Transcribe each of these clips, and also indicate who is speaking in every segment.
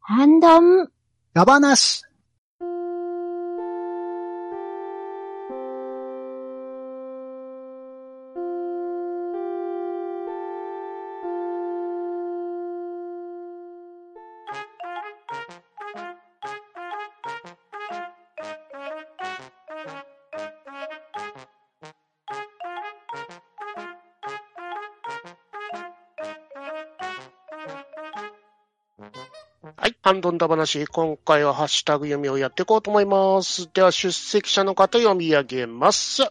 Speaker 1: ハンドン。
Speaker 2: 野放し。
Speaker 3: はい。パンドンダ話。今回はハッシュタグ読みをやっていこうと思います。では、出席者の方読み上げます。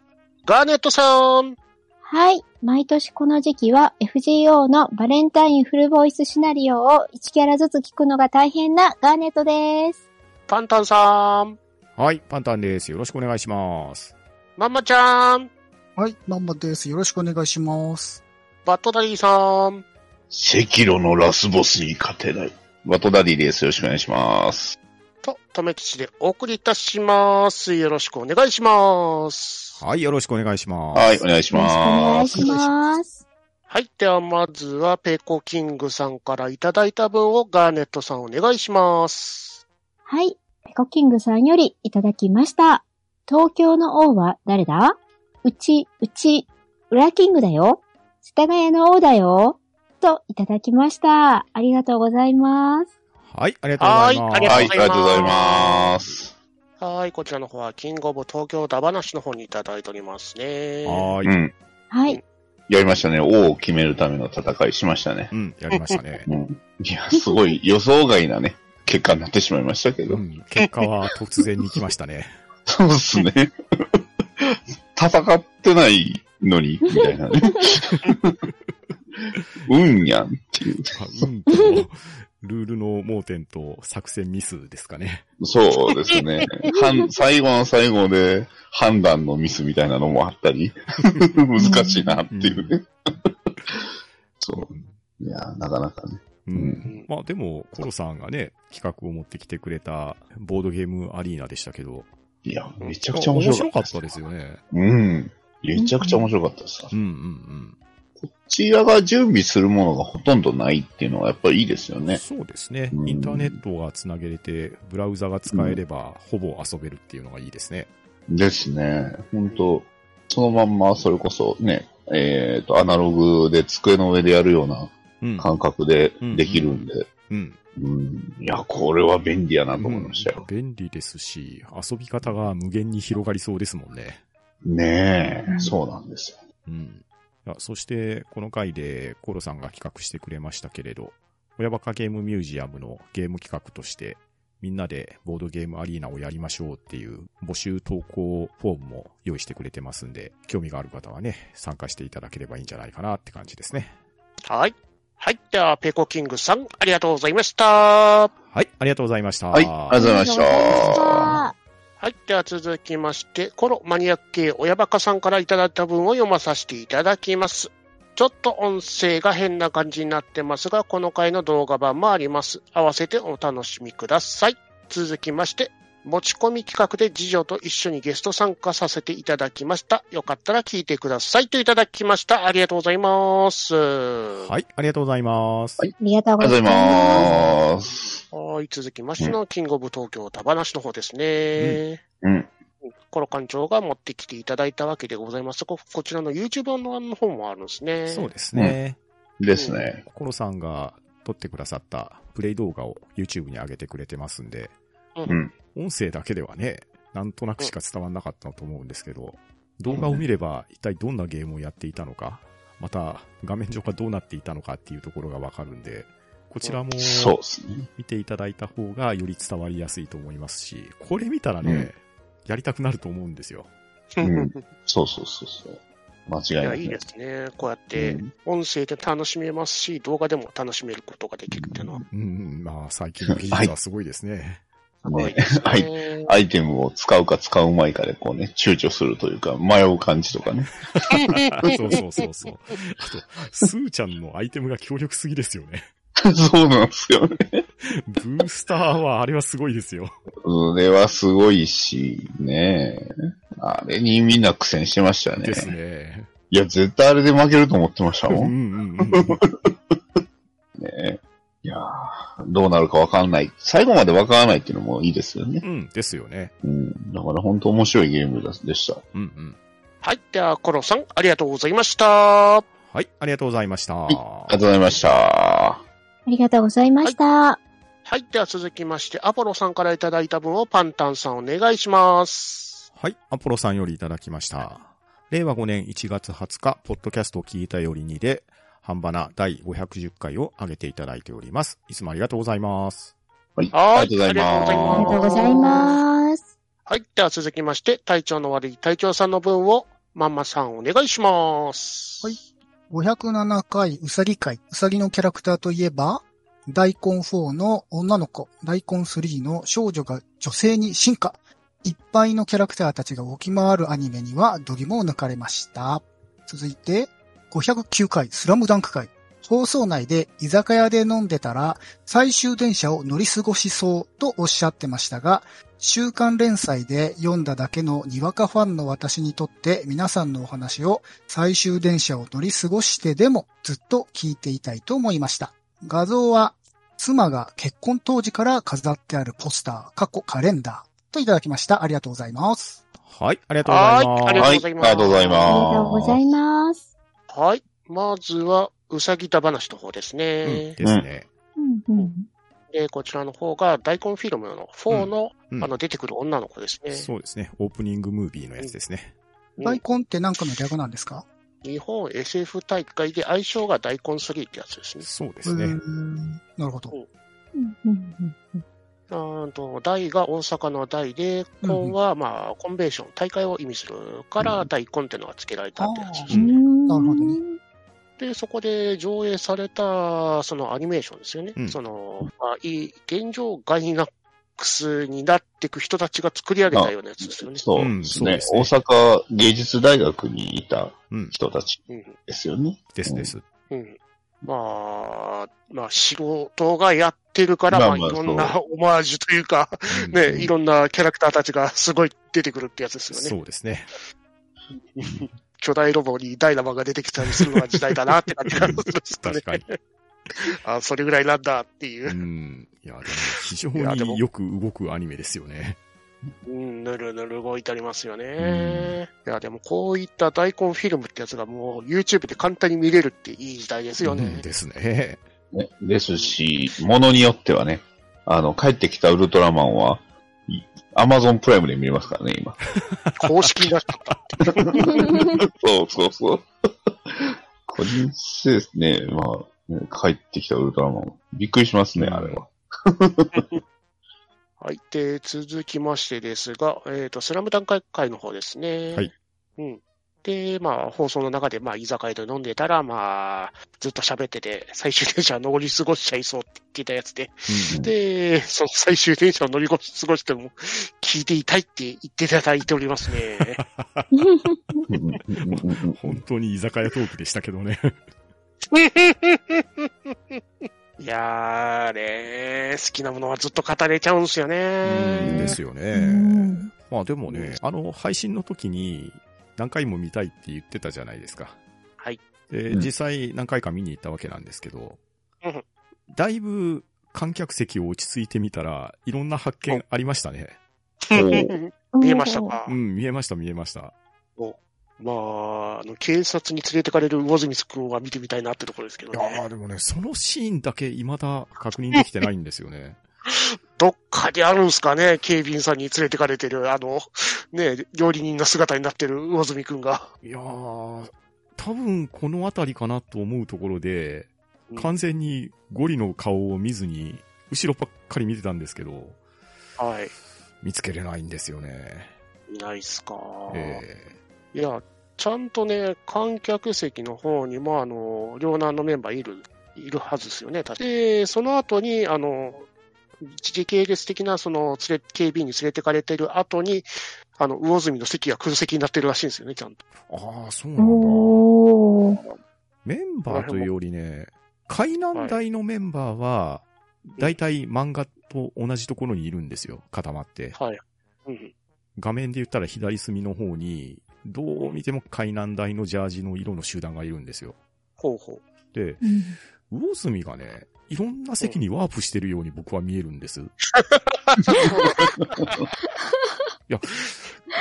Speaker 3: ガーネットさん。
Speaker 1: はい。毎年この時期は FGO のバレンタインフルボイスシナリオを1キャラずつ聞くのが大変なガーネットです。
Speaker 3: パンタンさん。
Speaker 4: はい、パンタンです。よろしくお願いします。
Speaker 3: マンマちゃん。
Speaker 2: はい、まんまです。よろしくお願いします。
Speaker 3: バットダディさん。
Speaker 5: セキロのラスボスに勝てない。バトダディです。よろしくお願いします。
Speaker 3: と、とめきちでお送りいたします。よろしくお願いします。
Speaker 4: はい、よろしくお願いします。
Speaker 5: はい、お願いし
Speaker 1: よろしくお願
Speaker 5: ま
Speaker 1: い
Speaker 5: す。
Speaker 1: します。
Speaker 3: はい。では、まずは、ペコキングさんからいただいた分をガーネットさんお願いします。
Speaker 1: はい。ペコキングさんよりいただきました。東京の王は誰だうち、うち、裏キングだよ。世田谷の王だよ。といただきました。ありがとうございます。
Speaker 4: はい、ありがとうございます。
Speaker 3: はいあり
Speaker 5: はい、あり
Speaker 3: します
Speaker 5: がとうございます。
Speaker 3: はい。こちらの方は、キングオブ東京ダバナシの方にいただいておりますね。
Speaker 4: は
Speaker 5: う
Speaker 4: ーい。
Speaker 5: ん。
Speaker 1: はい。
Speaker 5: やりましたね。王を決めるための戦いしましたね。
Speaker 4: うん、やりましたね。
Speaker 5: うん。いや、すごい予想外なね、結果になってしまいましたけ
Speaker 4: う
Speaker 5: ど。
Speaker 4: ん、結果は突然に来ました ね。
Speaker 5: そうですね。 戦ってないのに、みたいなね。 うんやんっていう。
Speaker 4: あ運と、ルールの盲点と作戦ミスですかね。
Speaker 5: そうです ね。判最後の最後で判断のミスみたいなのもあったり、 難しいなっていうね。そ
Speaker 4: うん
Speaker 5: う。いやー、なかなかね。
Speaker 4: う。
Speaker 5: うんん。
Speaker 4: まあでも、コロさんがね、企画を持ってきてくれたボードゲームアリーナでしたけど、
Speaker 5: いや、めちゃくちゃ面白
Speaker 4: 面
Speaker 5: かっ
Speaker 4: 白
Speaker 5: た。
Speaker 4: かですよね。
Speaker 5: うん。めちゃくちゃ面白かったです。こ
Speaker 4: うんうん
Speaker 5: ちらが準備するものがほとんどないっていうのはやっぱりいいですよ
Speaker 4: うん。
Speaker 5: ね。
Speaker 4: そうですね。
Speaker 5: うん
Speaker 4: インターネットが繋げれて、ブラウザが使えれば、ほぼ遊べるっていうのがいいですね。
Speaker 5: ですね。本当そのまんま、それこそね、えっ、と、アナログで机の上でやるような
Speaker 4: うん。
Speaker 5: 感覚でできるんで、
Speaker 4: うん。
Speaker 5: うん。いや、これは便利やなと思いましたよ。
Speaker 4: うん便利ですし、遊び方が無限に広がりそうですもんね。
Speaker 5: ね
Speaker 1: うん
Speaker 5: え、そうなんですよ。
Speaker 4: うん。あそして、この回でコロさんが企画してくれましたけれど、親バカゲームミュージアムのゲーム企画として、みんなでボードゲームアリーナをやりましょうっていう募集投稿フォームも用意してくれてますんで、興味がある方はね、参加していただければいいんじゃないかなって感じですね。
Speaker 3: はい。はい。では、ペコキングさん、ありがとうございました。
Speaker 4: はい、ありがとうございました。
Speaker 5: はい、ありがとうございまし。
Speaker 1: ありがとうございましたた。
Speaker 3: はい。では続きまして、コロマニアック系親バカさんからいただいた文を読まさせていただきます。ちょっと音声が変な感じになってますが、この回の動画版もあります。合わせてお楽しみください。続きまして、持ち込み企画で次女と一緒にゲスト参加させていただきました。よかったら聞いてください。といただきました。ありがとうございます。は
Speaker 4: はい、ありがとうございます。
Speaker 5: はい
Speaker 1: ありがとう
Speaker 5: あ
Speaker 1: ご
Speaker 5: りがと
Speaker 1: ざ
Speaker 5: う
Speaker 1: い
Speaker 5: ご
Speaker 1: ます。
Speaker 5: ざいます。
Speaker 3: い。続きましての、キングオブ東京田話の方ですね。
Speaker 5: うん。
Speaker 3: コロ館長が持ってきていただいたわけでございます。ここちらの YouTube 版の方もあるんですね。
Speaker 4: そうですね。
Speaker 5: ですね。
Speaker 4: コロさんが撮ってくださったプレイ動画を YouTube に上げてくれてますんで、
Speaker 5: うん。
Speaker 4: 音声だけではね、なんとなくしか伝わんなかったと思うんですけど、動画を見れば一体どんなゲームをやっていたのか、また画面上がどうなっていたのかっていうところがわかるんで、こちらも
Speaker 5: そうですね。
Speaker 4: 見ていただいた方がより伝わりやすいと思いますし、これ見たら
Speaker 5: う
Speaker 4: ね
Speaker 5: ん、
Speaker 4: やりたくなると思うんですよ。
Speaker 5: うんそうそうそうそう。間
Speaker 3: い
Speaker 5: 違いな
Speaker 3: や、
Speaker 5: い。
Speaker 3: いいですね。こうやっ
Speaker 5: う
Speaker 3: て、
Speaker 5: ん
Speaker 3: 音声で楽しめますし、動画でも楽しめることができるっていうのは、
Speaker 4: うんうん、まあ最近の技術はすごいですね。
Speaker 3: すごい
Speaker 5: ね
Speaker 3: ですね。
Speaker 5: はいアイテムを使うか使うまいかで、こうね、躊躇するというか、迷う感じとかね。
Speaker 4: そうそうそうそう。あと、スーちゃんのアイテムが強力すぎですよね。
Speaker 5: そうなんですよね。
Speaker 4: ブースターはあれはすごいですよ。
Speaker 5: それはすごいし、ねあれにみんな苦戦してましたね
Speaker 4: で。すね。
Speaker 5: いや、絶対あれで負けると思ってました
Speaker 4: うん
Speaker 5: も。
Speaker 4: うんんうんうん。
Speaker 5: ねいやーどうなるかわかんない。最後までわからないっていうのもいいですよね。
Speaker 4: うん、ですよね。
Speaker 5: うん。だから本当面白いゲームだでした。
Speaker 4: うんうん。
Speaker 3: はい。では、コロさん、ありがとうございました。
Speaker 4: はい、ありがとうございました。
Speaker 5: ありがとうございました。
Speaker 1: ありがとうございました。
Speaker 3: はい。では続きまして、アポロさんからいただいた分をパンタンさんお願いします。
Speaker 4: はい、アポロさんよりいただきました。令和5年1月20日、ポッドキャストを聞いたよりにで、半ばな第510回を上げていただいております。いつもありがとうございます。
Speaker 5: はい。
Speaker 3: はい
Speaker 5: ありがとうご
Speaker 3: あ
Speaker 5: ざいます。
Speaker 3: りがとうご
Speaker 1: ありが
Speaker 3: ざいます
Speaker 1: とうございます。
Speaker 3: はい。では続きまして、体調の悪い隊長さんの分をまんまさんお願いします。
Speaker 2: はい。507回うさぎ会。うさぎのキャラクターといえば、大根4の女の子、大根3の少女が女性に進化。いっぱいのキャラクターたちが動き回るアニメにはどぎもを抜かれました。続いて、509回スラムダンク会。放送内で居酒屋で飲んでたら最終電車を乗り過ごしそうとおっしゃってましたが、週刊連載で読んだだけのにわかファンの私にとって皆さんのお話を最終電車を乗り過ごしてでもずっと聞いていたいと思いました。画像は妻が結婚当時から飾ってあるポスター、過去カレンダーといただきました。ありがとうございます。
Speaker 4: はい、ありがとうございます。
Speaker 3: はいありがとうございます
Speaker 5: はいありがとうござい
Speaker 1: あり
Speaker 5: ま
Speaker 1: がとうございます。
Speaker 3: はい。まずは、うさぎた話の方です
Speaker 4: うん、で
Speaker 3: ね。
Speaker 4: すね。
Speaker 1: うんうん。
Speaker 3: で、こちらの方が、大根フィルムの4の、
Speaker 4: うんうん
Speaker 3: あの、出てくる女の子ですね。
Speaker 4: そうですね。オープニングムービーのやつですね。
Speaker 3: うん
Speaker 2: 大根って何かの略なんですか
Speaker 3: 日本 SF 大会で愛称が大根3ってやつですね。
Speaker 4: そうですね
Speaker 2: うー。んなるほど。
Speaker 1: うんうんうん
Speaker 3: うんと、大が大阪の大で、
Speaker 2: うんうん
Speaker 3: 根は、まあ、コンベンション、大会を意味するから、大根ってのが付けられたってやつで
Speaker 1: う
Speaker 3: す
Speaker 1: ん
Speaker 3: ね。
Speaker 2: なるほどね
Speaker 3: で、そこで上映された、そのアニメーションですよね。
Speaker 4: うん
Speaker 3: その、まあ、いい、現状ガイナックスになっていく人たちが作り上げたようなやつですよね。
Speaker 5: そう
Speaker 4: うん
Speaker 5: です
Speaker 4: そう
Speaker 5: ね
Speaker 4: で。すね
Speaker 5: 大阪芸術大学にいた
Speaker 4: うん、
Speaker 5: 人たち
Speaker 3: うん。
Speaker 5: ですよね。
Speaker 4: ですです。
Speaker 3: うん。まあ、まあ、仕事がやってるから、
Speaker 5: まあ
Speaker 3: まあ、い
Speaker 5: まあ
Speaker 3: ろんなオマージュというか、
Speaker 4: うん
Speaker 3: ね、いろんなキャラクターたちがすごい出てくるってやつですよね。
Speaker 4: そうですね。
Speaker 3: 巨大ロボにダイナマが出てきたりするのは時代だなって感じがするんですよね
Speaker 4: 確 かに。
Speaker 3: あ、それぐらいなんだっていうう。
Speaker 4: ん。いや、でも、非常
Speaker 3: いやでも
Speaker 4: によく動くアニメですよね。
Speaker 3: うん、ぬるぬる動いてありますよね。いや、でもこういった大根フィルムってやつがもう YouTube で簡単に見れるっていい時代ですよ
Speaker 4: うん
Speaker 3: ね。
Speaker 4: ですね。
Speaker 5: ねですし、ものによってはね、あの、帰ってきたウルトラマンは、アマゾンプライムで見れますからね、今。
Speaker 3: 公式になっちゃった。
Speaker 5: そうそうそう。個人性ですね、まあ、ね帰ってきたウルトラマン。びっくりしますね、あれは。
Speaker 3: はい。で、続きましてですが、 えっ、と、スラムダンク会の方ですね。
Speaker 4: はい。
Speaker 3: うん。で、まあ、放送の中で、まあ、居酒屋で飲んでたら、まあ、ずっと喋ってて、最終電車乗り過ごしちゃいそうって言ってたやつで、で、その最終電車を乗り越し過ごしても、聞いていたいって言っていただいておりますね。
Speaker 5: うんうんうんうんうん
Speaker 4: 本当に居酒屋トークでしたけどね。
Speaker 3: いやーね好きなものはずっと語れちゃうんすよ
Speaker 4: うんで
Speaker 3: ね。
Speaker 4: すよ
Speaker 1: う
Speaker 4: ね。
Speaker 1: ん
Speaker 4: まあでもね、あの、配信の時に何回も見たいって言ってたじゃないですか。
Speaker 3: はい。
Speaker 4: で、
Speaker 5: うん
Speaker 4: 実際何回か見に行ったわけなんですけど
Speaker 3: うん、
Speaker 4: だいぶ観客席を落ち着いてみたら、いろんな発見ありましたね。
Speaker 5: お
Speaker 3: 見えましたか、
Speaker 4: うん、見えました見えました。
Speaker 3: まあ、あの、警察に連れてかれる魚住君は見てみたいなってところですけど
Speaker 4: いやー
Speaker 3: ね。
Speaker 4: でもね、そのシーンだけ未だ確認できてないんですよね。
Speaker 3: どっかにあるんすかね警備員さんに連れてかれてる、あの、ね、料理人の姿になってる魚住君が。
Speaker 4: いやー、 多分この辺りかなと思うところで
Speaker 3: う、ん
Speaker 4: 完全にゴリの顔を見ずに、後ろばっかり見てたんですけど、
Speaker 3: はい。
Speaker 4: 見つけれないんですよね。
Speaker 3: いないっすか、
Speaker 4: え
Speaker 3: いや、ちゃんとね、観客席の方にも、あの、両南のメンバーいる、いるはずですよね、確かで、その後に、あの、時事系列的な、その、連れ、警備員に連れてかれてる後に、あの、魚住の席が空席になってるらしいんですよね、ちゃんと。
Speaker 4: えああ、そうなんだ。
Speaker 1: おー。
Speaker 4: メンバーというよりね、海南大のメンバーは、
Speaker 3: い
Speaker 4: だいたい漫画と同じところにいるんですよ、固まって。
Speaker 3: はい。うん。
Speaker 4: 画面で言ったら左隅の方に、どう見ても海南大のジャージの色の集団がいるんですよ。
Speaker 3: ほうほう。
Speaker 4: で、
Speaker 1: うん
Speaker 4: 魚住がね、いろんな席にワープしてるように僕は見えるんです。いや、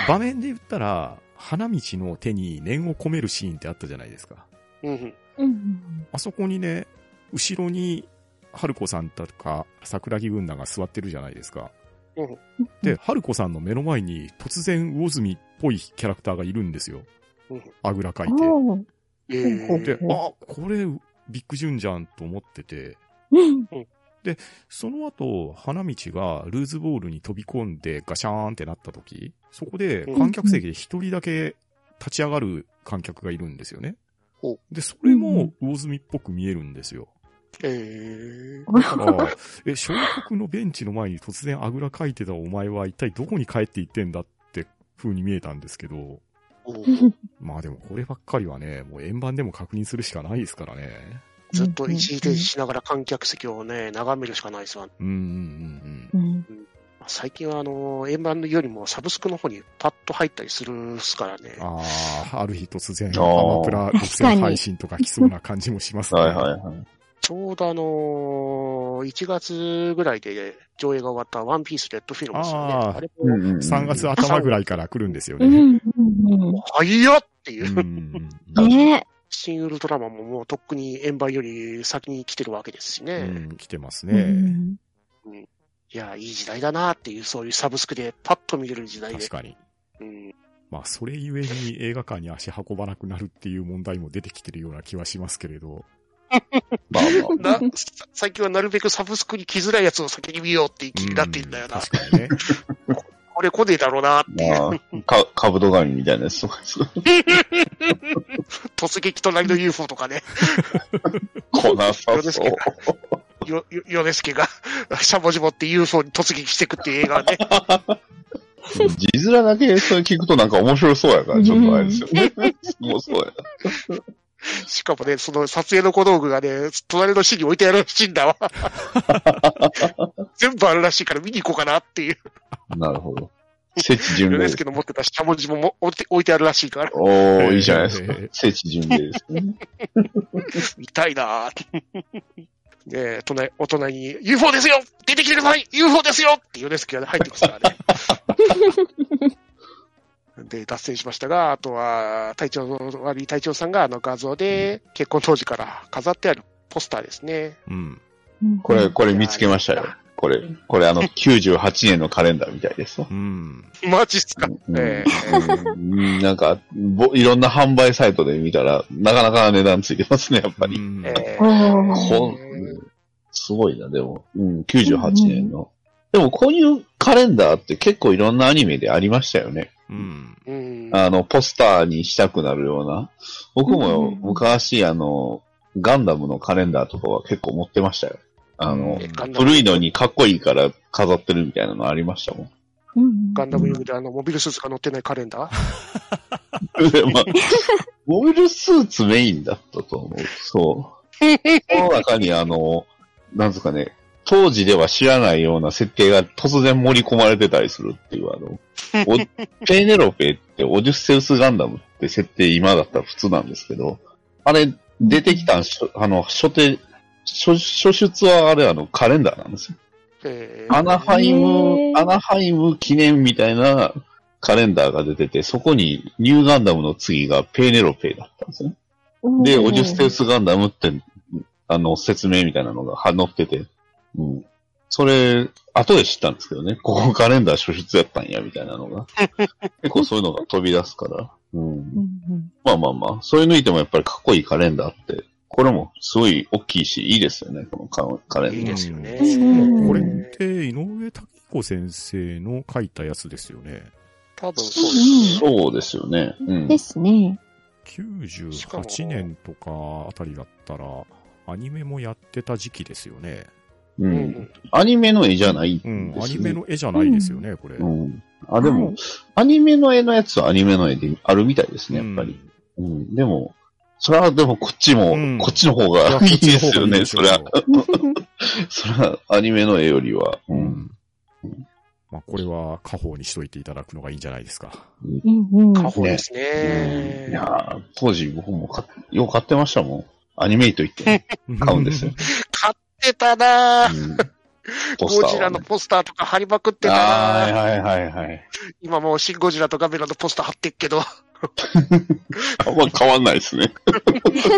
Speaker 4: 場面で言ったら、花道の手に念を込めるシーンってあったじゃないですか。
Speaker 3: うん。
Speaker 1: うんうん
Speaker 4: あそこにね、後ろに、春子さんとか、桜木軍団が座ってるじゃないですか。
Speaker 1: うん。
Speaker 4: で、春子さんの目の前に突然魚住っぽいキャラクターがいるんですよ
Speaker 3: うん。
Speaker 4: あぐらかいて。
Speaker 1: おー
Speaker 3: え
Speaker 1: ほうほう
Speaker 4: で、あ、
Speaker 3: ー
Speaker 1: ほう
Speaker 4: これ、ビッグジュンじゃんと思ってて、
Speaker 1: うん
Speaker 4: その後、花道がルーズボールに飛び込んでガシャーンってなった時、そこで
Speaker 3: うん
Speaker 4: 観客席で一人だけ立ち上がる観客がいるんですよね
Speaker 3: ほ。
Speaker 4: で、それも魚住っぽく見えるんで すよ。
Speaker 3: えー
Speaker 4: だから、え、小国のベンチの前に突然あぐらかいてたお前は一体どこに帰っていってんだって風に見えたんですけど、
Speaker 3: おー
Speaker 4: まあでもこればっかりはね、もう円盤でも確認するしかないですからね。
Speaker 3: ずっと一時停止しながら観客席をね、眺めるしかないですわ。
Speaker 4: うんうんうん
Speaker 1: う
Speaker 4: うん。
Speaker 1: ん
Speaker 3: 最近は、あの、円盤よりもサブスクの方にパッと入ったりするっすからね。
Speaker 4: ああ、ある日突然、
Speaker 5: あー
Speaker 4: アマプラ独占配信とか来そうな感じもしますね。
Speaker 5: はいはいはい。
Speaker 3: ちょうどあのー、1月ぐらいで上映が終わったワンピースレッドフィルムですよね。
Speaker 4: あ
Speaker 3: あ
Speaker 4: ー
Speaker 3: れ
Speaker 5: うん
Speaker 3: も、
Speaker 5: うんうん
Speaker 4: 3月頭ぐらいから来るんですよ
Speaker 1: う
Speaker 4: ね。
Speaker 1: んうん
Speaker 3: 早っっていうう。
Speaker 4: んうん
Speaker 1: うん。ね
Speaker 3: 新ウルトラマンももうとっくに円盤より先に来てるわけですし
Speaker 4: う
Speaker 3: ね。
Speaker 4: ん。来てます
Speaker 1: え。う
Speaker 4: ね。
Speaker 1: ん
Speaker 3: いや、いい時代だなっていう、そういうサブスクでパッと見れる時代で
Speaker 4: 確。かに。
Speaker 3: うん、
Speaker 4: まあ、それゆえに映画館に足運ばなくなるっていう問題も出てきてるような気はしますけれど。
Speaker 5: まあまあ
Speaker 3: なさ最近はなるべくサブスクに来づらいやつを先に見ようっていう気になってんだよ
Speaker 4: う
Speaker 3: な。
Speaker 4: 確かにね。
Speaker 3: これ来ねえだろうなっていう。
Speaker 5: まあ、か、カブトガニみたいなやつとかです。
Speaker 3: 突撃隣の UFO とかね、
Speaker 5: こなさそう。
Speaker 3: よ、よ、ヨネスケが、 しゃもじ持って UFO に突撃してくっていう映画ね。
Speaker 5: 字面だけそれ聞くとなんか面白そうやから、ちょっとあれですよね。もうそうや。
Speaker 3: しかもね、その撮影の小道具がね、隣の市に置いてあるらしいんだわ。全部あるらしいから見に行こうかなっていう。
Speaker 5: なるほど。聖地巡
Speaker 3: ヨネ
Speaker 5: 礼
Speaker 3: ス。ケの持ってたしゃもじもも置いて置いてあるらしいから、
Speaker 5: おー、いいじゃないですか
Speaker 4: へー。
Speaker 5: 聖地巡礼ですね。
Speaker 3: 見たいなーって。ねえ、隣、お隣に、UFO ですよ出てきてください !UFO ですよってヨネスケが入ってきたからね。で、脱線しましたが、あとは、隊長の、悪い隊長さんがあの画像で、結婚当時から飾ってあるポスターですね。
Speaker 4: うん。
Speaker 5: これ、これ見つけましたよ。これ、これあの、98年のカレンダーみたいです わ。
Speaker 4: うん。
Speaker 3: マジっすか
Speaker 5: うん
Speaker 3: え
Speaker 5: うんなんかぼ、いろんな販売サイトで見たら、なかなかな値段ついてますね、やっぱ
Speaker 4: う
Speaker 5: り。
Speaker 4: ん
Speaker 3: え
Speaker 1: おー
Speaker 5: こんうんすごいな、でも。うん、98年の。でも、こういうカレンダーって結構いろんなアニメでありましたよね。
Speaker 4: うん。
Speaker 3: えうん。
Speaker 5: あの、ポスターにしたくなるような。僕
Speaker 1: う
Speaker 5: も
Speaker 1: ん
Speaker 5: 昔、あの、ガンダムのカレンダーとかは結構持ってましたよ。あの
Speaker 4: え、
Speaker 3: ガンダム
Speaker 5: 古いのにかっこいいから飾ってるみたいなのありましたもん。
Speaker 1: うん
Speaker 3: ガンダム用であの、モビルスーツが乗ってないカレンダー
Speaker 5: でまあ、モビルスーツメインだったと思う。 そう。その中にあの、なんですかね、当時では知らないような設定が突然盛り込まれてたりするっていう、あの、 おペーネロペってオデュッセウスガンダムって設定今だったら普通なんですけど、あれ出てきたんしょ、あの、初手、初初出はあれあのカレンダーなんですよ。
Speaker 3: ええ
Speaker 5: アナハイ
Speaker 1: へ
Speaker 5: ム、
Speaker 1: ー
Speaker 5: アナハイム記念みたいなカレンダーが出てて、そこにニューガンダムの次がペーネロペイだったんですね。で、オジュステウスガンダムって、あの、説明みたいなのが載ってて、うん。それ、後で知ったんですけどね、ここカレンダー初出やったんや、みたいな のが。結構そういうのが飛び出すから。うん
Speaker 1: う。ん
Speaker 5: まあまあまあ、それ抜いてもやっぱりかっこいいカレンダーって、これもすごい大きいし、いいですよね、このカカレンダー。
Speaker 3: いいですよね。
Speaker 1: うん
Speaker 4: これって、井上武彦先生の書いたやつですよね。
Speaker 3: 多分
Speaker 1: う
Speaker 3: そうで
Speaker 1: ん
Speaker 5: そうですよね。う
Speaker 1: うん
Speaker 5: ん。
Speaker 1: ですね。
Speaker 3: しかも
Speaker 4: 98年とかあたりだったら、アニメもやってた時期ですよね。
Speaker 5: う
Speaker 3: す。うん
Speaker 5: ん。アニメの絵じゃないんです
Speaker 4: う
Speaker 5: よね
Speaker 4: ん。アニメの絵じゃないですよね、これ。
Speaker 5: う
Speaker 4: うん
Speaker 5: ん。あ、でも、
Speaker 1: はい
Speaker 5: アニメの絵のやつはアニメの絵であるみたいですね、やっぱり。うん。でも、それはでもこっちも、
Speaker 4: うん
Speaker 5: こっちの方
Speaker 4: いや
Speaker 5: が
Speaker 4: こ
Speaker 5: い
Speaker 4: っ
Speaker 5: い
Speaker 4: ちの
Speaker 5: で
Speaker 4: 方
Speaker 5: す
Speaker 4: が
Speaker 5: よ
Speaker 4: いい
Speaker 5: ね、
Speaker 4: でし
Speaker 5: そ
Speaker 4: ょう
Speaker 5: れは。それはアニメの絵よりは。う。
Speaker 4: うんん。まあ、これは家宝にしといていただくのがいいんじゃないですか。
Speaker 1: うんうん。
Speaker 3: 過保です
Speaker 5: うんい
Speaker 3: ね
Speaker 5: や。ー当時僕も買っよう買ってましたもん。アニメイト行ってね買うんですよ。
Speaker 3: 買ってたなぁ
Speaker 5: うんポス
Speaker 3: ゴ
Speaker 5: ター
Speaker 3: ジラのポスターとか貼りまくってたな
Speaker 5: は
Speaker 3: ぁ
Speaker 5: ねはいはいはいはい。
Speaker 3: 今もうシンゴジラとガメラのポスター貼ってっけど、
Speaker 5: あんま変わんないですね。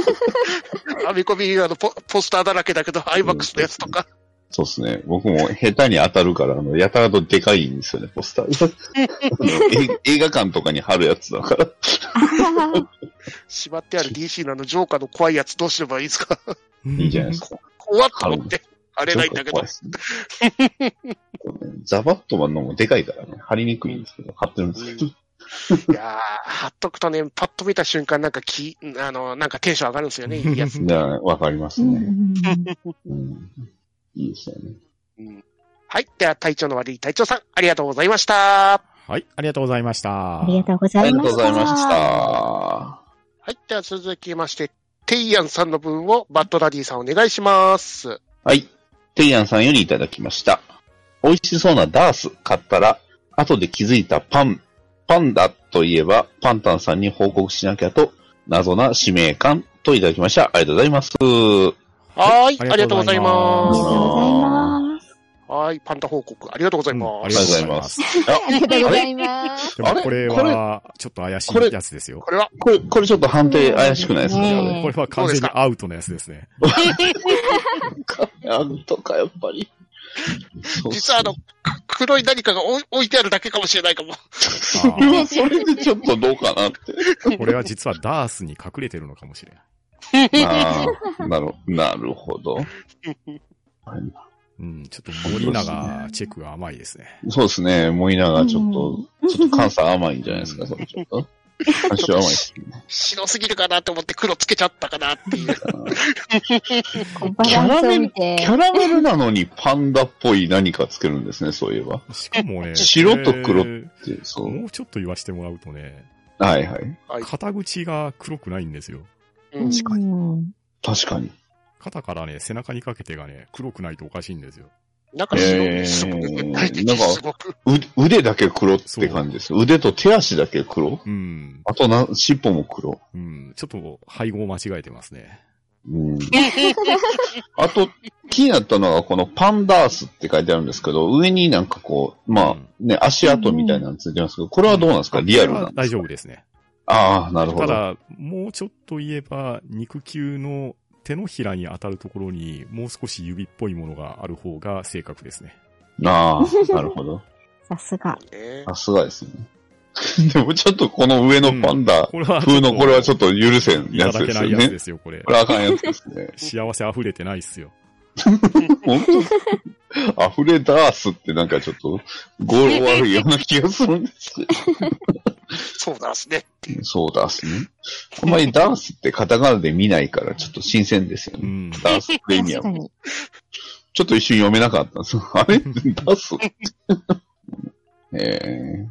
Speaker 3: 編み込みあのポポスターだらけだけど、アイマックスのやつとか。
Speaker 5: そうですね。僕も下手に当たるから、あの、やたらとでかいんですよね、ポスター。あのえ 映画館とかに貼るやつだから。
Speaker 3: しまってある DC のあのジョーカーの怖いやつどうすればいいですか
Speaker 5: いいじゃないですか。
Speaker 3: 怖っと思って。貼れないんだけど
Speaker 5: 怖いっ。すねこうねザバットマンのもでかいからね、貼りにくいんですけど、貼ってるんですけど。
Speaker 3: いやー、貼っとくとね、パッと見た瞬間なんかき、あの、なんかテンション上がるんです よね、いいやつ。
Speaker 5: じゃあ、わかります
Speaker 1: うんうん
Speaker 5: ね。
Speaker 1: うん
Speaker 5: うん。いいですよね。
Speaker 3: はい。では、隊長の悪い隊長さん、ありがとうございました。
Speaker 4: はい、ありがとうございました。
Speaker 1: ありがとうご
Speaker 5: あ
Speaker 1: ざ
Speaker 5: り
Speaker 1: い
Speaker 5: が
Speaker 1: ま
Speaker 5: とう
Speaker 1: し。
Speaker 5: ございましたた。
Speaker 3: はい。では続きまして、テイアンさんの分をバッドダディさんお願いします。
Speaker 5: はい。テイアンさんよりいただきました。美味しそうなダース買ったら、後で気づいたパン、パンダといえば、パンタンさんに報告しなきゃと、謎な使命感といただきました。ありがとうございます。
Speaker 3: はーい。
Speaker 4: あ
Speaker 3: あ
Speaker 4: り
Speaker 3: り
Speaker 4: が
Speaker 3: が
Speaker 4: と
Speaker 3: とう
Speaker 4: うご
Speaker 3: ご
Speaker 4: ざ
Speaker 3: ざ
Speaker 4: い
Speaker 3: い
Speaker 1: ありが
Speaker 3: ま
Speaker 5: す
Speaker 1: とうございます。
Speaker 3: す。はい。パンダ報告、ありがとうございます。
Speaker 4: うんありがとうございます。
Speaker 5: あ
Speaker 6: ありがとうござ
Speaker 5: れ
Speaker 6: います。
Speaker 4: でも
Speaker 5: あれ
Speaker 4: これは、ちょっと怪しいやつですよ。
Speaker 3: これは、
Speaker 5: これ、これちょっと判定怪しくないです
Speaker 1: れ
Speaker 5: か
Speaker 1: ね
Speaker 4: これは完全にアウトのやつですね。
Speaker 5: あんとか、やっぱり。
Speaker 3: 実は あの、黒い何かが置置いてあるだけかもしれないかも。
Speaker 5: それはそれでちょっとど うかなって。
Speaker 4: これは実はダースに隠れてるのかもしれない。
Speaker 5: ああ、なる、なるほど。
Speaker 4: うん、ちょっと森永チェックが甘いですね。
Speaker 5: そうですね。森永ちょっと、ちょっと関西甘いんじゃないですか、
Speaker 4: うん
Speaker 5: それちょっ と。関西甘いですね。
Speaker 3: 白すぎるかなと思って黒つけちゃったかなって いう。
Speaker 6: こうバランスを見て
Speaker 5: キ。ャラメルなのにパンダっぽい何かつけるんですね、そういえば。
Speaker 4: しかもね、
Speaker 5: 白と黒
Speaker 4: これ
Speaker 5: でそう。
Speaker 4: もうちょっと言わせてもらうとね、
Speaker 5: はいはい。
Speaker 3: はい
Speaker 4: 肩口が黒くないんですよ。
Speaker 3: うん
Speaker 2: 確かに
Speaker 1: うん
Speaker 5: 確かに。
Speaker 4: 肩からね、背中にかけてがね、黒くないとおかしいんですよ。
Speaker 3: なんか白いです
Speaker 5: えー
Speaker 3: 具体的にすごく。
Speaker 5: う腕だけ黒って感じです。腕と手足だけ黒
Speaker 4: うん。
Speaker 5: あとな、尻尾も黒。
Speaker 4: うん。ちょっと配合間違えてますね。
Speaker 5: うん。あと、気になったのが、このパンダースって書いてあるんですけど、上になんかこう、まあね、足跡みたいなのついてますけど、これはどうなんですかリアル
Speaker 4: これ
Speaker 5: な
Speaker 4: は
Speaker 5: んで
Speaker 4: 大
Speaker 5: すか
Speaker 4: 丈夫ですね。
Speaker 5: ああ、なるほ
Speaker 4: た
Speaker 5: ど。
Speaker 4: だ、もうちょっと言えば、肉球の手のひらに当たるところに、もう少し指っぽいものがある方が正確ですね。
Speaker 5: ああ、なるほど。
Speaker 1: さすが。
Speaker 3: ね
Speaker 5: さすがですね。 でもちょっとこの上のパンダ
Speaker 4: これは
Speaker 5: 風のこれはちょっ
Speaker 4: と、
Speaker 5: と許せん
Speaker 4: いた
Speaker 5: やつ
Speaker 4: だ
Speaker 5: で
Speaker 4: け
Speaker 5: す
Speaker 4: ない
Speaker 5: よ
Speaker 4: やつで
Speaker 5: ね。
Speaker 4: すよ、これ
Speaker 5: こ。れあかんやつですね。
Speaker 4: 幸せ溢れてないっすよ。
Speaker 5: 本当溢れダースってなんかちょっと語呂悪いような気がするんです け
Speaker 3: そうなんですね。
Speaker 5: ど。そうダースね。あんまりダースってカタカナで見ないからちょっと新鮮ですよ
Speaker 4: う
Speaker 5: ね。
Speaker 4: ん。
Speaker 5: ダースプレミア
Speaker 1: 確か
Speaker 5: ム。
Speaker 1: に。
Speaker 5: ちょっと一瞬読めなかったん です。あれダ ースえ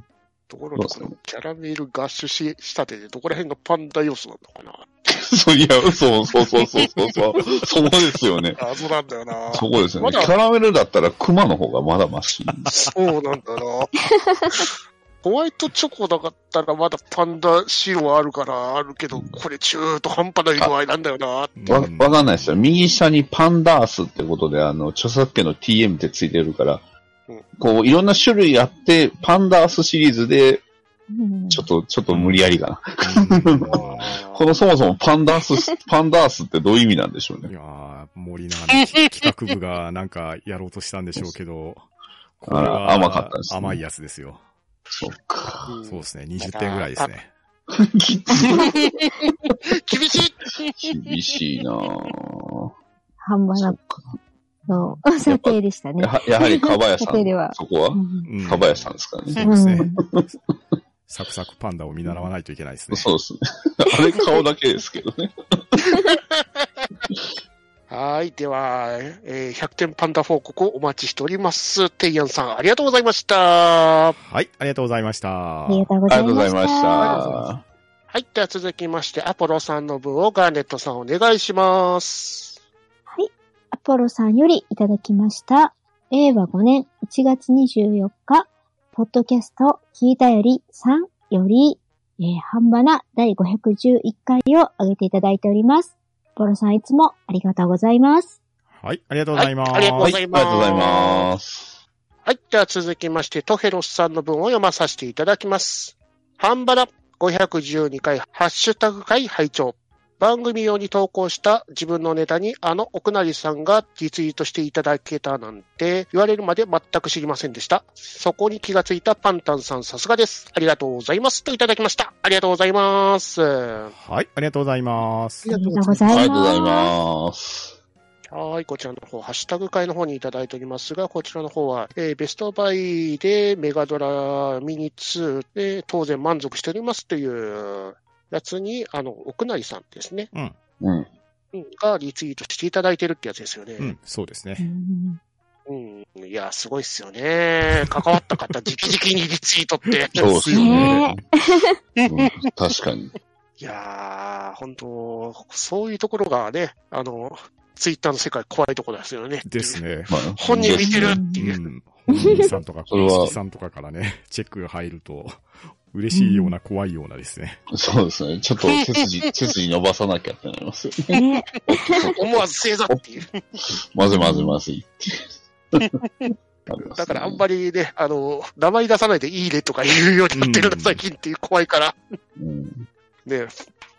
Speaker 3: ところで、このキャラメルガッシュし仕立てで、どこら辺がパンダ要素なのか
Speaker 5: えそういや、そうそうそうそうそうそう。そうですよね。
Speaker 3: な謎なんだよな
Speaker 5: そこですよ
Speaker 3: ま
Speaker 5: ね。
Speaker 3: だ
Speaker 5: キャラメルだったら熊の方がまだマシ。
Speaker 3: そうなんだなホワイトチョコだったらまだパンダ塩はあるからあるけど、これ中途半端な色合いなんだよな。
Speaker 5: わ、
Speaker 4: う
Speaker 5: わかんないですよ。右下にパンダースってことで、あの、著作権の TM ってついてるから
Speaker 3: うん、
Speaker 5: こう、いろんな種類あって、パンダースシリーズで、
Speaker 1: うん
Speaker 5: ちょっと、ちょっと無理やりかな。
Speaker 4: うん
Speaker 5: このそもそもパンダース、パンダースってどういう意味なんでしょう
Speaker 4: い
Speaker 5: ね。
Speaker 4: やー森永の企画部がなんかやろうとしたんでしょうけど、これは
Speaker 5: あら甘かったですね
Speaker 4: 甘いやつですよ。
Speaker 5: そうか。
Speaker 3: うん
Speaker 4: そうですね。20点ぐらいですね。
Speaker 3: 厳しい
Speaker 5: 厳し いなぁ。
Speaker 1: 半端な、そう、査定でしたね
Speaker 5: や。はやはり、かばやさ
Speaker 1: 査定では
Speaker 5: ん。そこは
Speaker 1: うん
Speaker 4: うん
Speaker 5: かばやさんですからね。
Speaker 4: そうですね
Speaker 1: うん。
Speaker 4: サクサクパンダを見習わないといけないですね。
Speaker 5: そうですね。あれ、顔だけですけどね。
Speaker 3: はい。では、えー100点パンダ報告をお待ちしております。テイヤンさん、ありがとうございました。は
Speaker 4: はい、ありがとうございました。
Speaker 1: ありがとうご
Speaker 5: あ
Speaker 1: ざ
Speaker 5: り
Speaker 1: い
Speaker 5: がと
Speaker 1: ま
Speaker 5: うござい
Speaker 1: した。
Speaker 5: ました。
Speaker 3: い。では続きまして、アポロさんの分をガーネットさんお願いします。
Speaker 1: アポロさんよりいただきました。令和5年1月24日、ポッドキャスト聞いたより3より、えー、半ばな第511回を上げていただいております。アポロさんいつもありがとうございます。
Speaker 4: はい、ありがとうございます。
Speaker 3: はいありがとうございます
Speaker 5: ありがとうございます。
Speaker 3: はい。では続きまして、トヘロスさんの文を読まさせていただきます。ハンバラ512回、ハッシュタグ会拝聴。番組用に投稿した自分のネタにあの奥成さんがリツイートしていただけたなんて言われるまで全く知りませんでした。そこに気がついたパンタンさんさすがです。ありがとうございます。といただきました。ありがとうございます。は
Speaker 4: はい、ありがとうございます。
Speaker 1: ありがとうござ
Speaker 5: あ
Speaker 1: います。
Speaker 5: りがとうございます。
Speaker 3: い。こちらの方、ハッシュタグ会の方にいただいておりますが、こちらの方は、えーベストバイでメガドラミニ2で当然満足しておりますというやつに、あの、奥成さんですね。
Speaker 4: うん、
Speaker 5: うん。
Speaker 3: うんがリツイートしていただいてるってやつですよね。
Speaker 4: うん、そうです
Speaker 1: う
Speaker 4: ね。
Speaker 1: ん
Speaker 3: うん、いや、すごいっすよね。関わった方、直々にリツイートって。
Speaker 5: そうですよね
Speaker 1: ね。
Speaker 5: うん確かに。
Speaker 3: いやー、本当そういうところがね、あの、ツイッターの世界怖いところですよね。
Speaker 4: ですね。
Speaker 5: まあ
Speaker 3: 本人見てるって
Speaker 4: う
Speaker 3: いう。
Speaker 4: ん。本人さんとか、
Speaker 5: それは
Speaker 4: 公式さんとかからね、チェックが入ると、嬉しいような怖いようなですね。
Speaker 5: そうですね。ちょっと背 筋、背筋伸ばさなきゃってなりますよね。
Speaker 1: ね、
Speaker 3: 思わず正座っていう。
Speaker 5: まずいまずいまずいって。
Speaker 3: だからあん
Speaker 5: り
Speaker 3: まりね、あの、名前出さないでいいねとか言うようになってる
Speaker 4: う
Speaker 3: の
Speaker 4: ん
Speaker 3: 最近っていう怖いから、
Speaker 5: ますね。うん
Speaker 3: ね、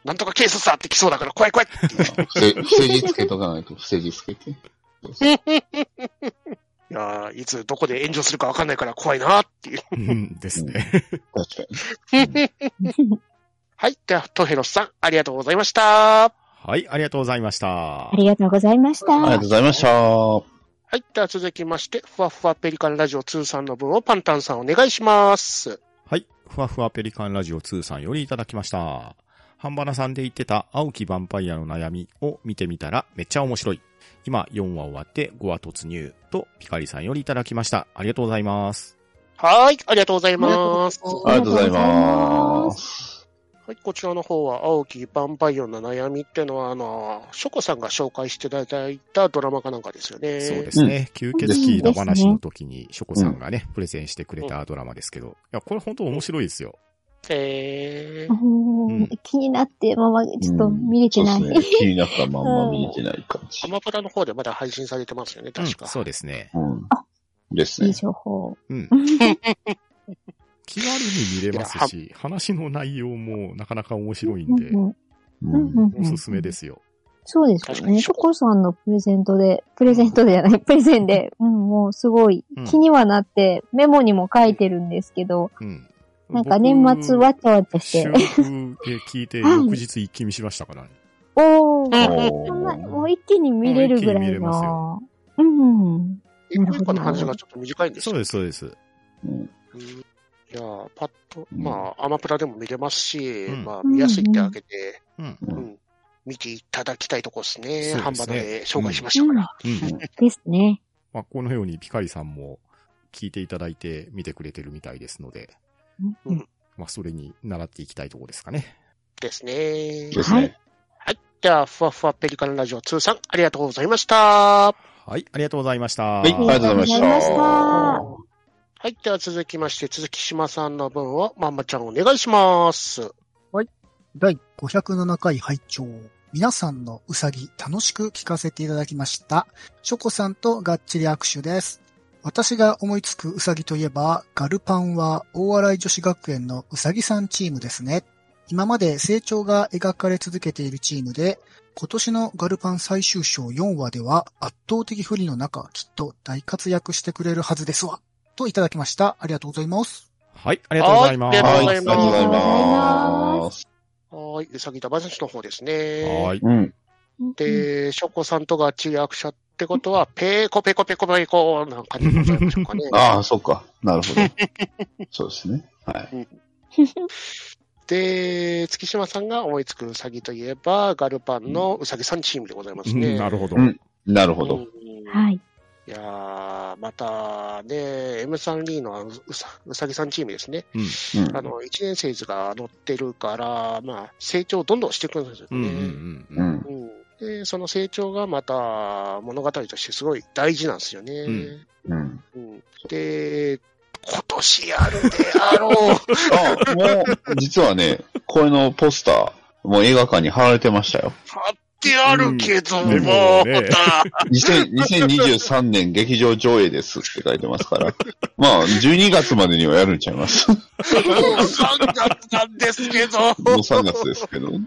Speaker 3: なんとか警察だって来そうだから怖い怖い。
Speaker 5: まあふせ伏せ字つけとかないと、伏せ字つけて。
Speaker 3: いやー、いつどこで炎上するかわかんないから怖いなっていう。
Speaker 4: うん、ですね。
Speaker 5: 確かに。
Speaker 3: はい。では、トヘロスさん、ありがとうございました。
Speaker 4: はい、ありがとうございました
Speaker 1: あ。りがとうございまし
Speaker 5: ありがと
Speaker 1: た
Speaker 5: う。ございました。
Speaker 3: はい。では続きまして、ふわふわペリカンラジオ2さんの分をパンタンさんお願いします。
Speaker 4: はい。ふわふわペリカンラジオ2さんよりいただきました。ハンバナさんで言ってた青きヴァンパイアの悩みを見てみたらめっちゃ面白い。今4話終わって5話突入とピカリさんよりいただきました。ありがとうございます。
Speaker 3: はい。ありがとうございます。
Speaker 5: ありがとうございます。
Speaker 3: はい。こちらの方は、青木ヴァンパイオンの悩みってのは、あの、ショコさんが紹介していただいたドラマかなんかですよね。
Speaker 4: そうですね。吸血鬼の話の時にショコさんがね、プレゼンしてくれたドラマですけど。いや、これ本当面白いですよ。
Speaker 3: えー
Speaker 1: う
Speaker 4: うん
Speaker 1: ん気になって、まま、ちょっと見れてない。
Speaker 5: そうですね。気になったまんま見れてない感じ
Speaker 3: ア。マプラの方でまだ配信されてますよね、
Speaker 4: うん
Speaker 3: 確か。
Speaker 4: そうですね。
Speaker 5: うん
Speaker 1: あ。
Speaker 5: です
Speaker 1: いい
Speaker 5: ね。
Speaker 1: 情報。
Speaker 4: うん。気軽に見れますし、話の内容もなかなか面白いんで、
Speaker 5: う
Speaker 1: うんんうん
Speaker 4: おすすめですよ。
Speaker 1: そうです
Speaker 3: 確
Speaker 1: よ
Speaker 3: かに
Speaker 1: ね。ショコさんのプレゼントで、プレゼントじゃない、プレゼンで、うん、もうすごい
Speaker 4: うん
Speaker 1: 気にはなって、メモにも書いてるんですけど、
Speaker 4: うん。
Speaker 1: なんか年末わちゃわちゃし
Speaker 4: 収
Speaker 1: て、
Speaker 4: 録で聞いて、
Speaker 1: はい
Speaker 4: 翌日一気見しましたからね。
Speaker 1: おー、
Speaker 5: お
Speaker 1: そんな、も
Speaker 5: ー
Speaker 1: う一気に見れるぐら
Speaker 4: うん一気に見
Speaker 1: い
Speaker 4: れます
Speaker 1: の。うんうん。
Speaker 3: 一個一個の話がちょっと短いんです
Speaker 4: そう
Speaker 3: よ
Speaker 4: です、そうです。
Speaker 5: うん
Speaker 3: うんいやーパッと、
Speaker 5: うん
Speaker 3: まあ、アマプラでも見れますし、
Speaker 4: うん
Speaker 3: まあ、見やすいってわけで、
Speaker 4: うん。
Speaker 5: う
Speaker 3: うんん、見ていただきたいとこですね。
Speaker 4: そうですね
Speaker 3: ハンバナで紹介しましたから。
Speaker 4: うん。
Speaker 1: ですね。
Speaker 4: まあ、このようにピカリさんも聞いていただいて見てくれてるみたいですので、
Speaker 1: うんうん
Speaker 4: まあ、それに習っていきたいところですかね。
Speaker 3: ですね。
Speaker 5: ですね。
Speaker 3: では、ふわふわペリカンラジオ2さん、ありがとうございました。
Speaker 4: はい、ありがとうございました。
Speaker 5: はい、ありがとう
Speaker 1: ありが
Speaker 5: ございま
Speaker 1: と
Speaker 5: し
Speaker 1: うござい
Speaker 5: た
Speaker 1: ま。
Speaker 3: はい。では続きまして、続き島さんの分を、まんまちゃんお願いします。
Speaker 2: 第507回拝聴皆さんのうさぎ楽しく聞かせていただきました。ショコさんとがっちり握手です。私が思いつくうさぎといえば、ガルパンは大洗女子学園のうさぎさんチームですね。今まで成長が描かれ続けているチームで、今年のガルパン最終章4話では圧倒的不利の中、きっと大活躍してくれるはずですわ。といただきました。ありがとうございます。
Speaker 4: はい、ありがとうございます。
Speaker 3: は
Speaker 5: はい
Speaker 3: あ
Speaker 5: い、あ
Speaker 3: り
Speaker 5: り
Speaker 3: が
Speaker 5: が
Speaker 3: と
Speaker 5: と
Speaker 3: うござ
Speaker 5: うござ
Speaker 3: い
Speaker 5: い
Speaker 1: ま
Speaker 5: ます。
Speaker 3: はい。うさぎ玉選手の方ですね。
Speaker 4: はい
Speaker 5: うん。。
Speaker 3: で、ショコさんとがチリ握手ってことは、ペーコペコペコペコなんかになっちゃいましょうかね
Speaker 5: ああ、そっか。なるほど。 そうですね。はい。
Speaker 3: で、月島さんが思いつくうさぎといえば、ガルパンのうさぎさんチームでございます
Speaker 4: う
Speaker 3: ね。
Speaker 4: んなるほど。
Speaker 5: うんなるほ
Speaker 3: うん
Speaker 5: ど。
Speaker 1: はい。
Speaker 3: いやー、またね、M3D のあのうさうさぎさんチームですね。
Speaker 5: うん。
Speaker 3: あの、一年生図が乗ってるから、まあ、成長をどんどんしていくんですよ
Speaker 4: うんうん
Speaker 3: ね。
Speaker 4: うん
Speaker 5: う
Speaker 4: うん。
Speaker 5: ん。
Speaker 3: うんで、その成長がまた物語としてすごい大事なんですよね。
Speaker 4: うん
Speaker 5: うん。
Speaker 3: うんで、今年やるであろう。
Speaker 5: あ、もう、実はね、これのポスター、もう映画館に貼られてましたよ。
Speaker 3: 貼ってあるけども、
Speaker 4: うんでもね
Speaker 3: ま
Speaker 5: 2000 2023年劇場上映ですって書いてますから。まあ、12月までにはやるんちゃいます。も
Speaker 3: た、3月なんですけど、
Speaker 5: う3月ですけどね。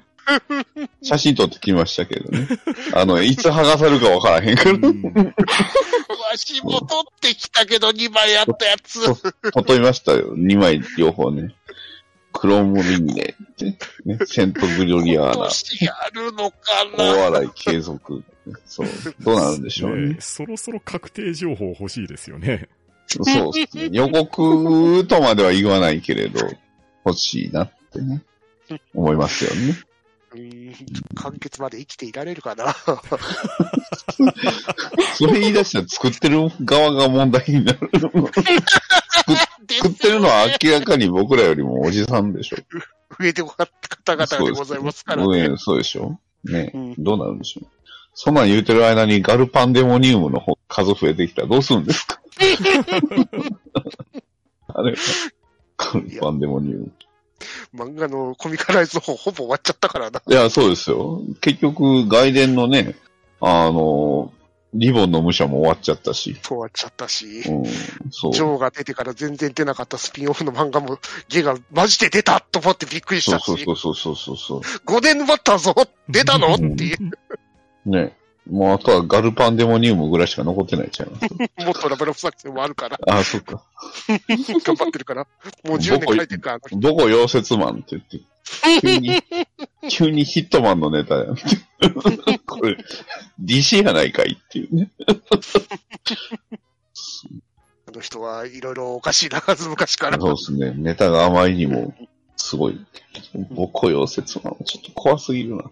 Speaker 5: 写真撮ってきましたけどね。あの、いつ剥がされるかわからへんから、
Speaker 4: うん
Speaker 3: わしも取ってきたけど、2枚あったやつ。
Speaker 5: 撮っとりましたよ。2枚両方ね。クロムリンネって、ね、セントグリオリアー
Speaker 3: 今
Speaker 5: ナ、
Speaker 3: 年やるのか
Speaker 5: 大
Speaker 3: な
Speaker 5: 笑い継続。そう、どうなるんでしょうね。
Speaker 4: ねそろそろ確定情報欲しいですよね。
Speaker 5: そうですね。予告とまでは言わないけれど、欲しいなってね、思いますよね。
Speaker 3: うん完結まで生きていられるかな
Speaker 5: それ言い出したら作ってる側が問題にな る。作ってるのは明らかに僕らよりもおじさんでしょ。
Speaker 3: 増えてもらった方々でございますから
Speaker 5: そうです
Speaker 3: ね。
Speaker 5: ねそうでしょ。ね、
Speaker 3: うん
Speaker 5: どうなるんでしょう。そんなん言うてる間にガルパンデモニウムの方数増えてきたらどうするんで すかあれガルパンデモニウム。
Speaker 3: 漫画のコミカライズの方ほぼ終わっちゃったからな。
Speaker 5: いや、そうですよ。結局、外伝のね、あの、リボンの武者も終わっちゃったし。
Speaker 3: 終わっちゃったし。
Speaker 5: うん、そう。
Speaker 3: ジ
Speaker 5: そ
Speaker 3: ョーが出てから全然出なかったスピンオフの漫画も、ゲがマジで出たと思ってびっくりした
Speaker 5: う
Speaker 3: し、
Speaker 5: そうそうそうそうそ
Speaker 3: 5年待ったぞ出た のっていう、
Speaker 5: う。ね。もうあとはガルパンデモニウムぐらいしか残ってないちゃいます。
Speaker 3: もっとラブラブ作戦もあるから、
Speaker 5: あ、そっか。
Speaker 3: 頑張ってるから、もう10年書いてるから、あの人
Speaker 5: どこ溶接マンって言って。急に、急にヒットマンのネタやん。これ、DC やないかいっていうね。
Speaker 3: あの人はいろいろおかしいな、昔から。
Speaker 5: そうですね。ネタがあまりにも、すごい。ボコ溶接マン、ちょっと怖すぎるな。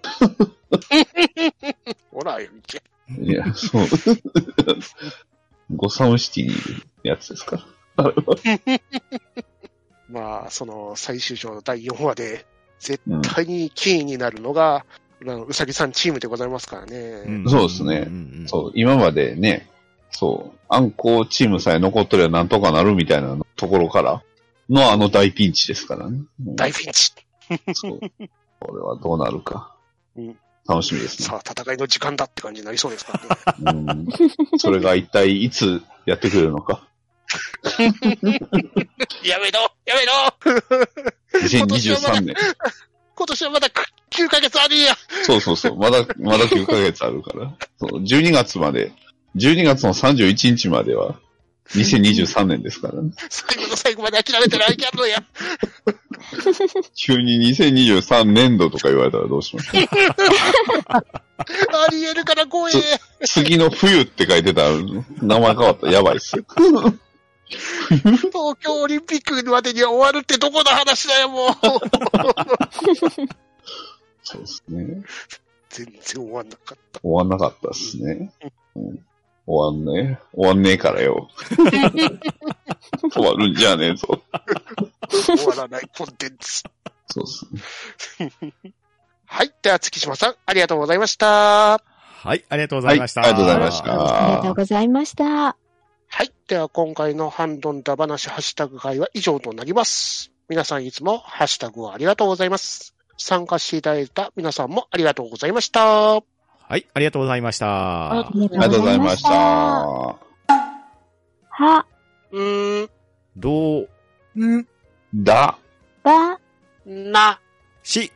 Speaker 3: ほら、よみけ。
Speaker 5: いや、そう。ゴサムシティにいるやつですか。
Speaker 3: まあ、その最終章の第4話で、絶
Speaker 5: うん。
Speaker 3: 対にキーになるのが、あのうさぎさんチームでございますからね。
Speaker 4: ん
Speaker 5: そうですね
Speaker 4: んん
Speaker 5: そう、今までね、そう、アンコーチームさえ残っとりゃなんとかなるみたいなところからのあの大ピンチですからね。
Speaker 3: 大ピンチ。
Speaker 5: ンチ。そう。これはどうなるか
Speaker 3: うん。
Speaker 5: 楽しみですね。
Speaker 3: さあ、戦いの時間だって感じになりそうです からね。
Speaker 5: うん。それが一体いつやってくれるのか。
Speaker 3: やめろやめろ
Speaker 5: 2023年。
Speaker 3: 今年はまだ9ヶ月あるんや
Speaker 5: そうそうそう。まだ、まだ9ヶ月あるから。そう、12月まで、12月の31日までは、2023年ですからね。
Speaker 3: 最後の最後まで諦めてないキャンのや。
Speaker 5: 急に2023年度とか言われたらどうしますか
Speaker 3: ありえるから怖え。
Speaker 5: 次の冬って書いてたら、名前変わったらやばいっすよ。
Speaker 3: 東京オリンピックまでには終わるってどこの話だよ、もう。
Speaker 5: そうですね。
Speaker 3: 全然終わんなかっ
Speaker 5: 終わんなかったっすね。うん、終わんねえ。終わんねえからよ。終わるんじゃねえぞ。
Speaker 3: た。終わらないコンテンツ。
Speaker 5: そうっすね。
Speaker 3: はい。では、月島さん、ありがとうございました。
Speaker 4: はい、ありがとうございました。
Speaker 5: はいありがとうございました
Speaker 1: ありがとうございました。
Speaker 3: はい。では、今回のハンドンダ話ハッシュタグ会は以上となります。皆さんいつもハッシュタグをありがとうございます。参加していただいた皆さんもありがとうございました。
Speaker 4: はい、ありがとうございました。
Speaker 1: あり
Speaker 5: ありがとうございました。
Speaker 1: は、
Speaker 3: うーん、
Speaker 4: どう
Speaker 2: うん。
Speaker 5: だ。
Speaker 1: ば、
Speaker 3: な、
Speaker 4: し、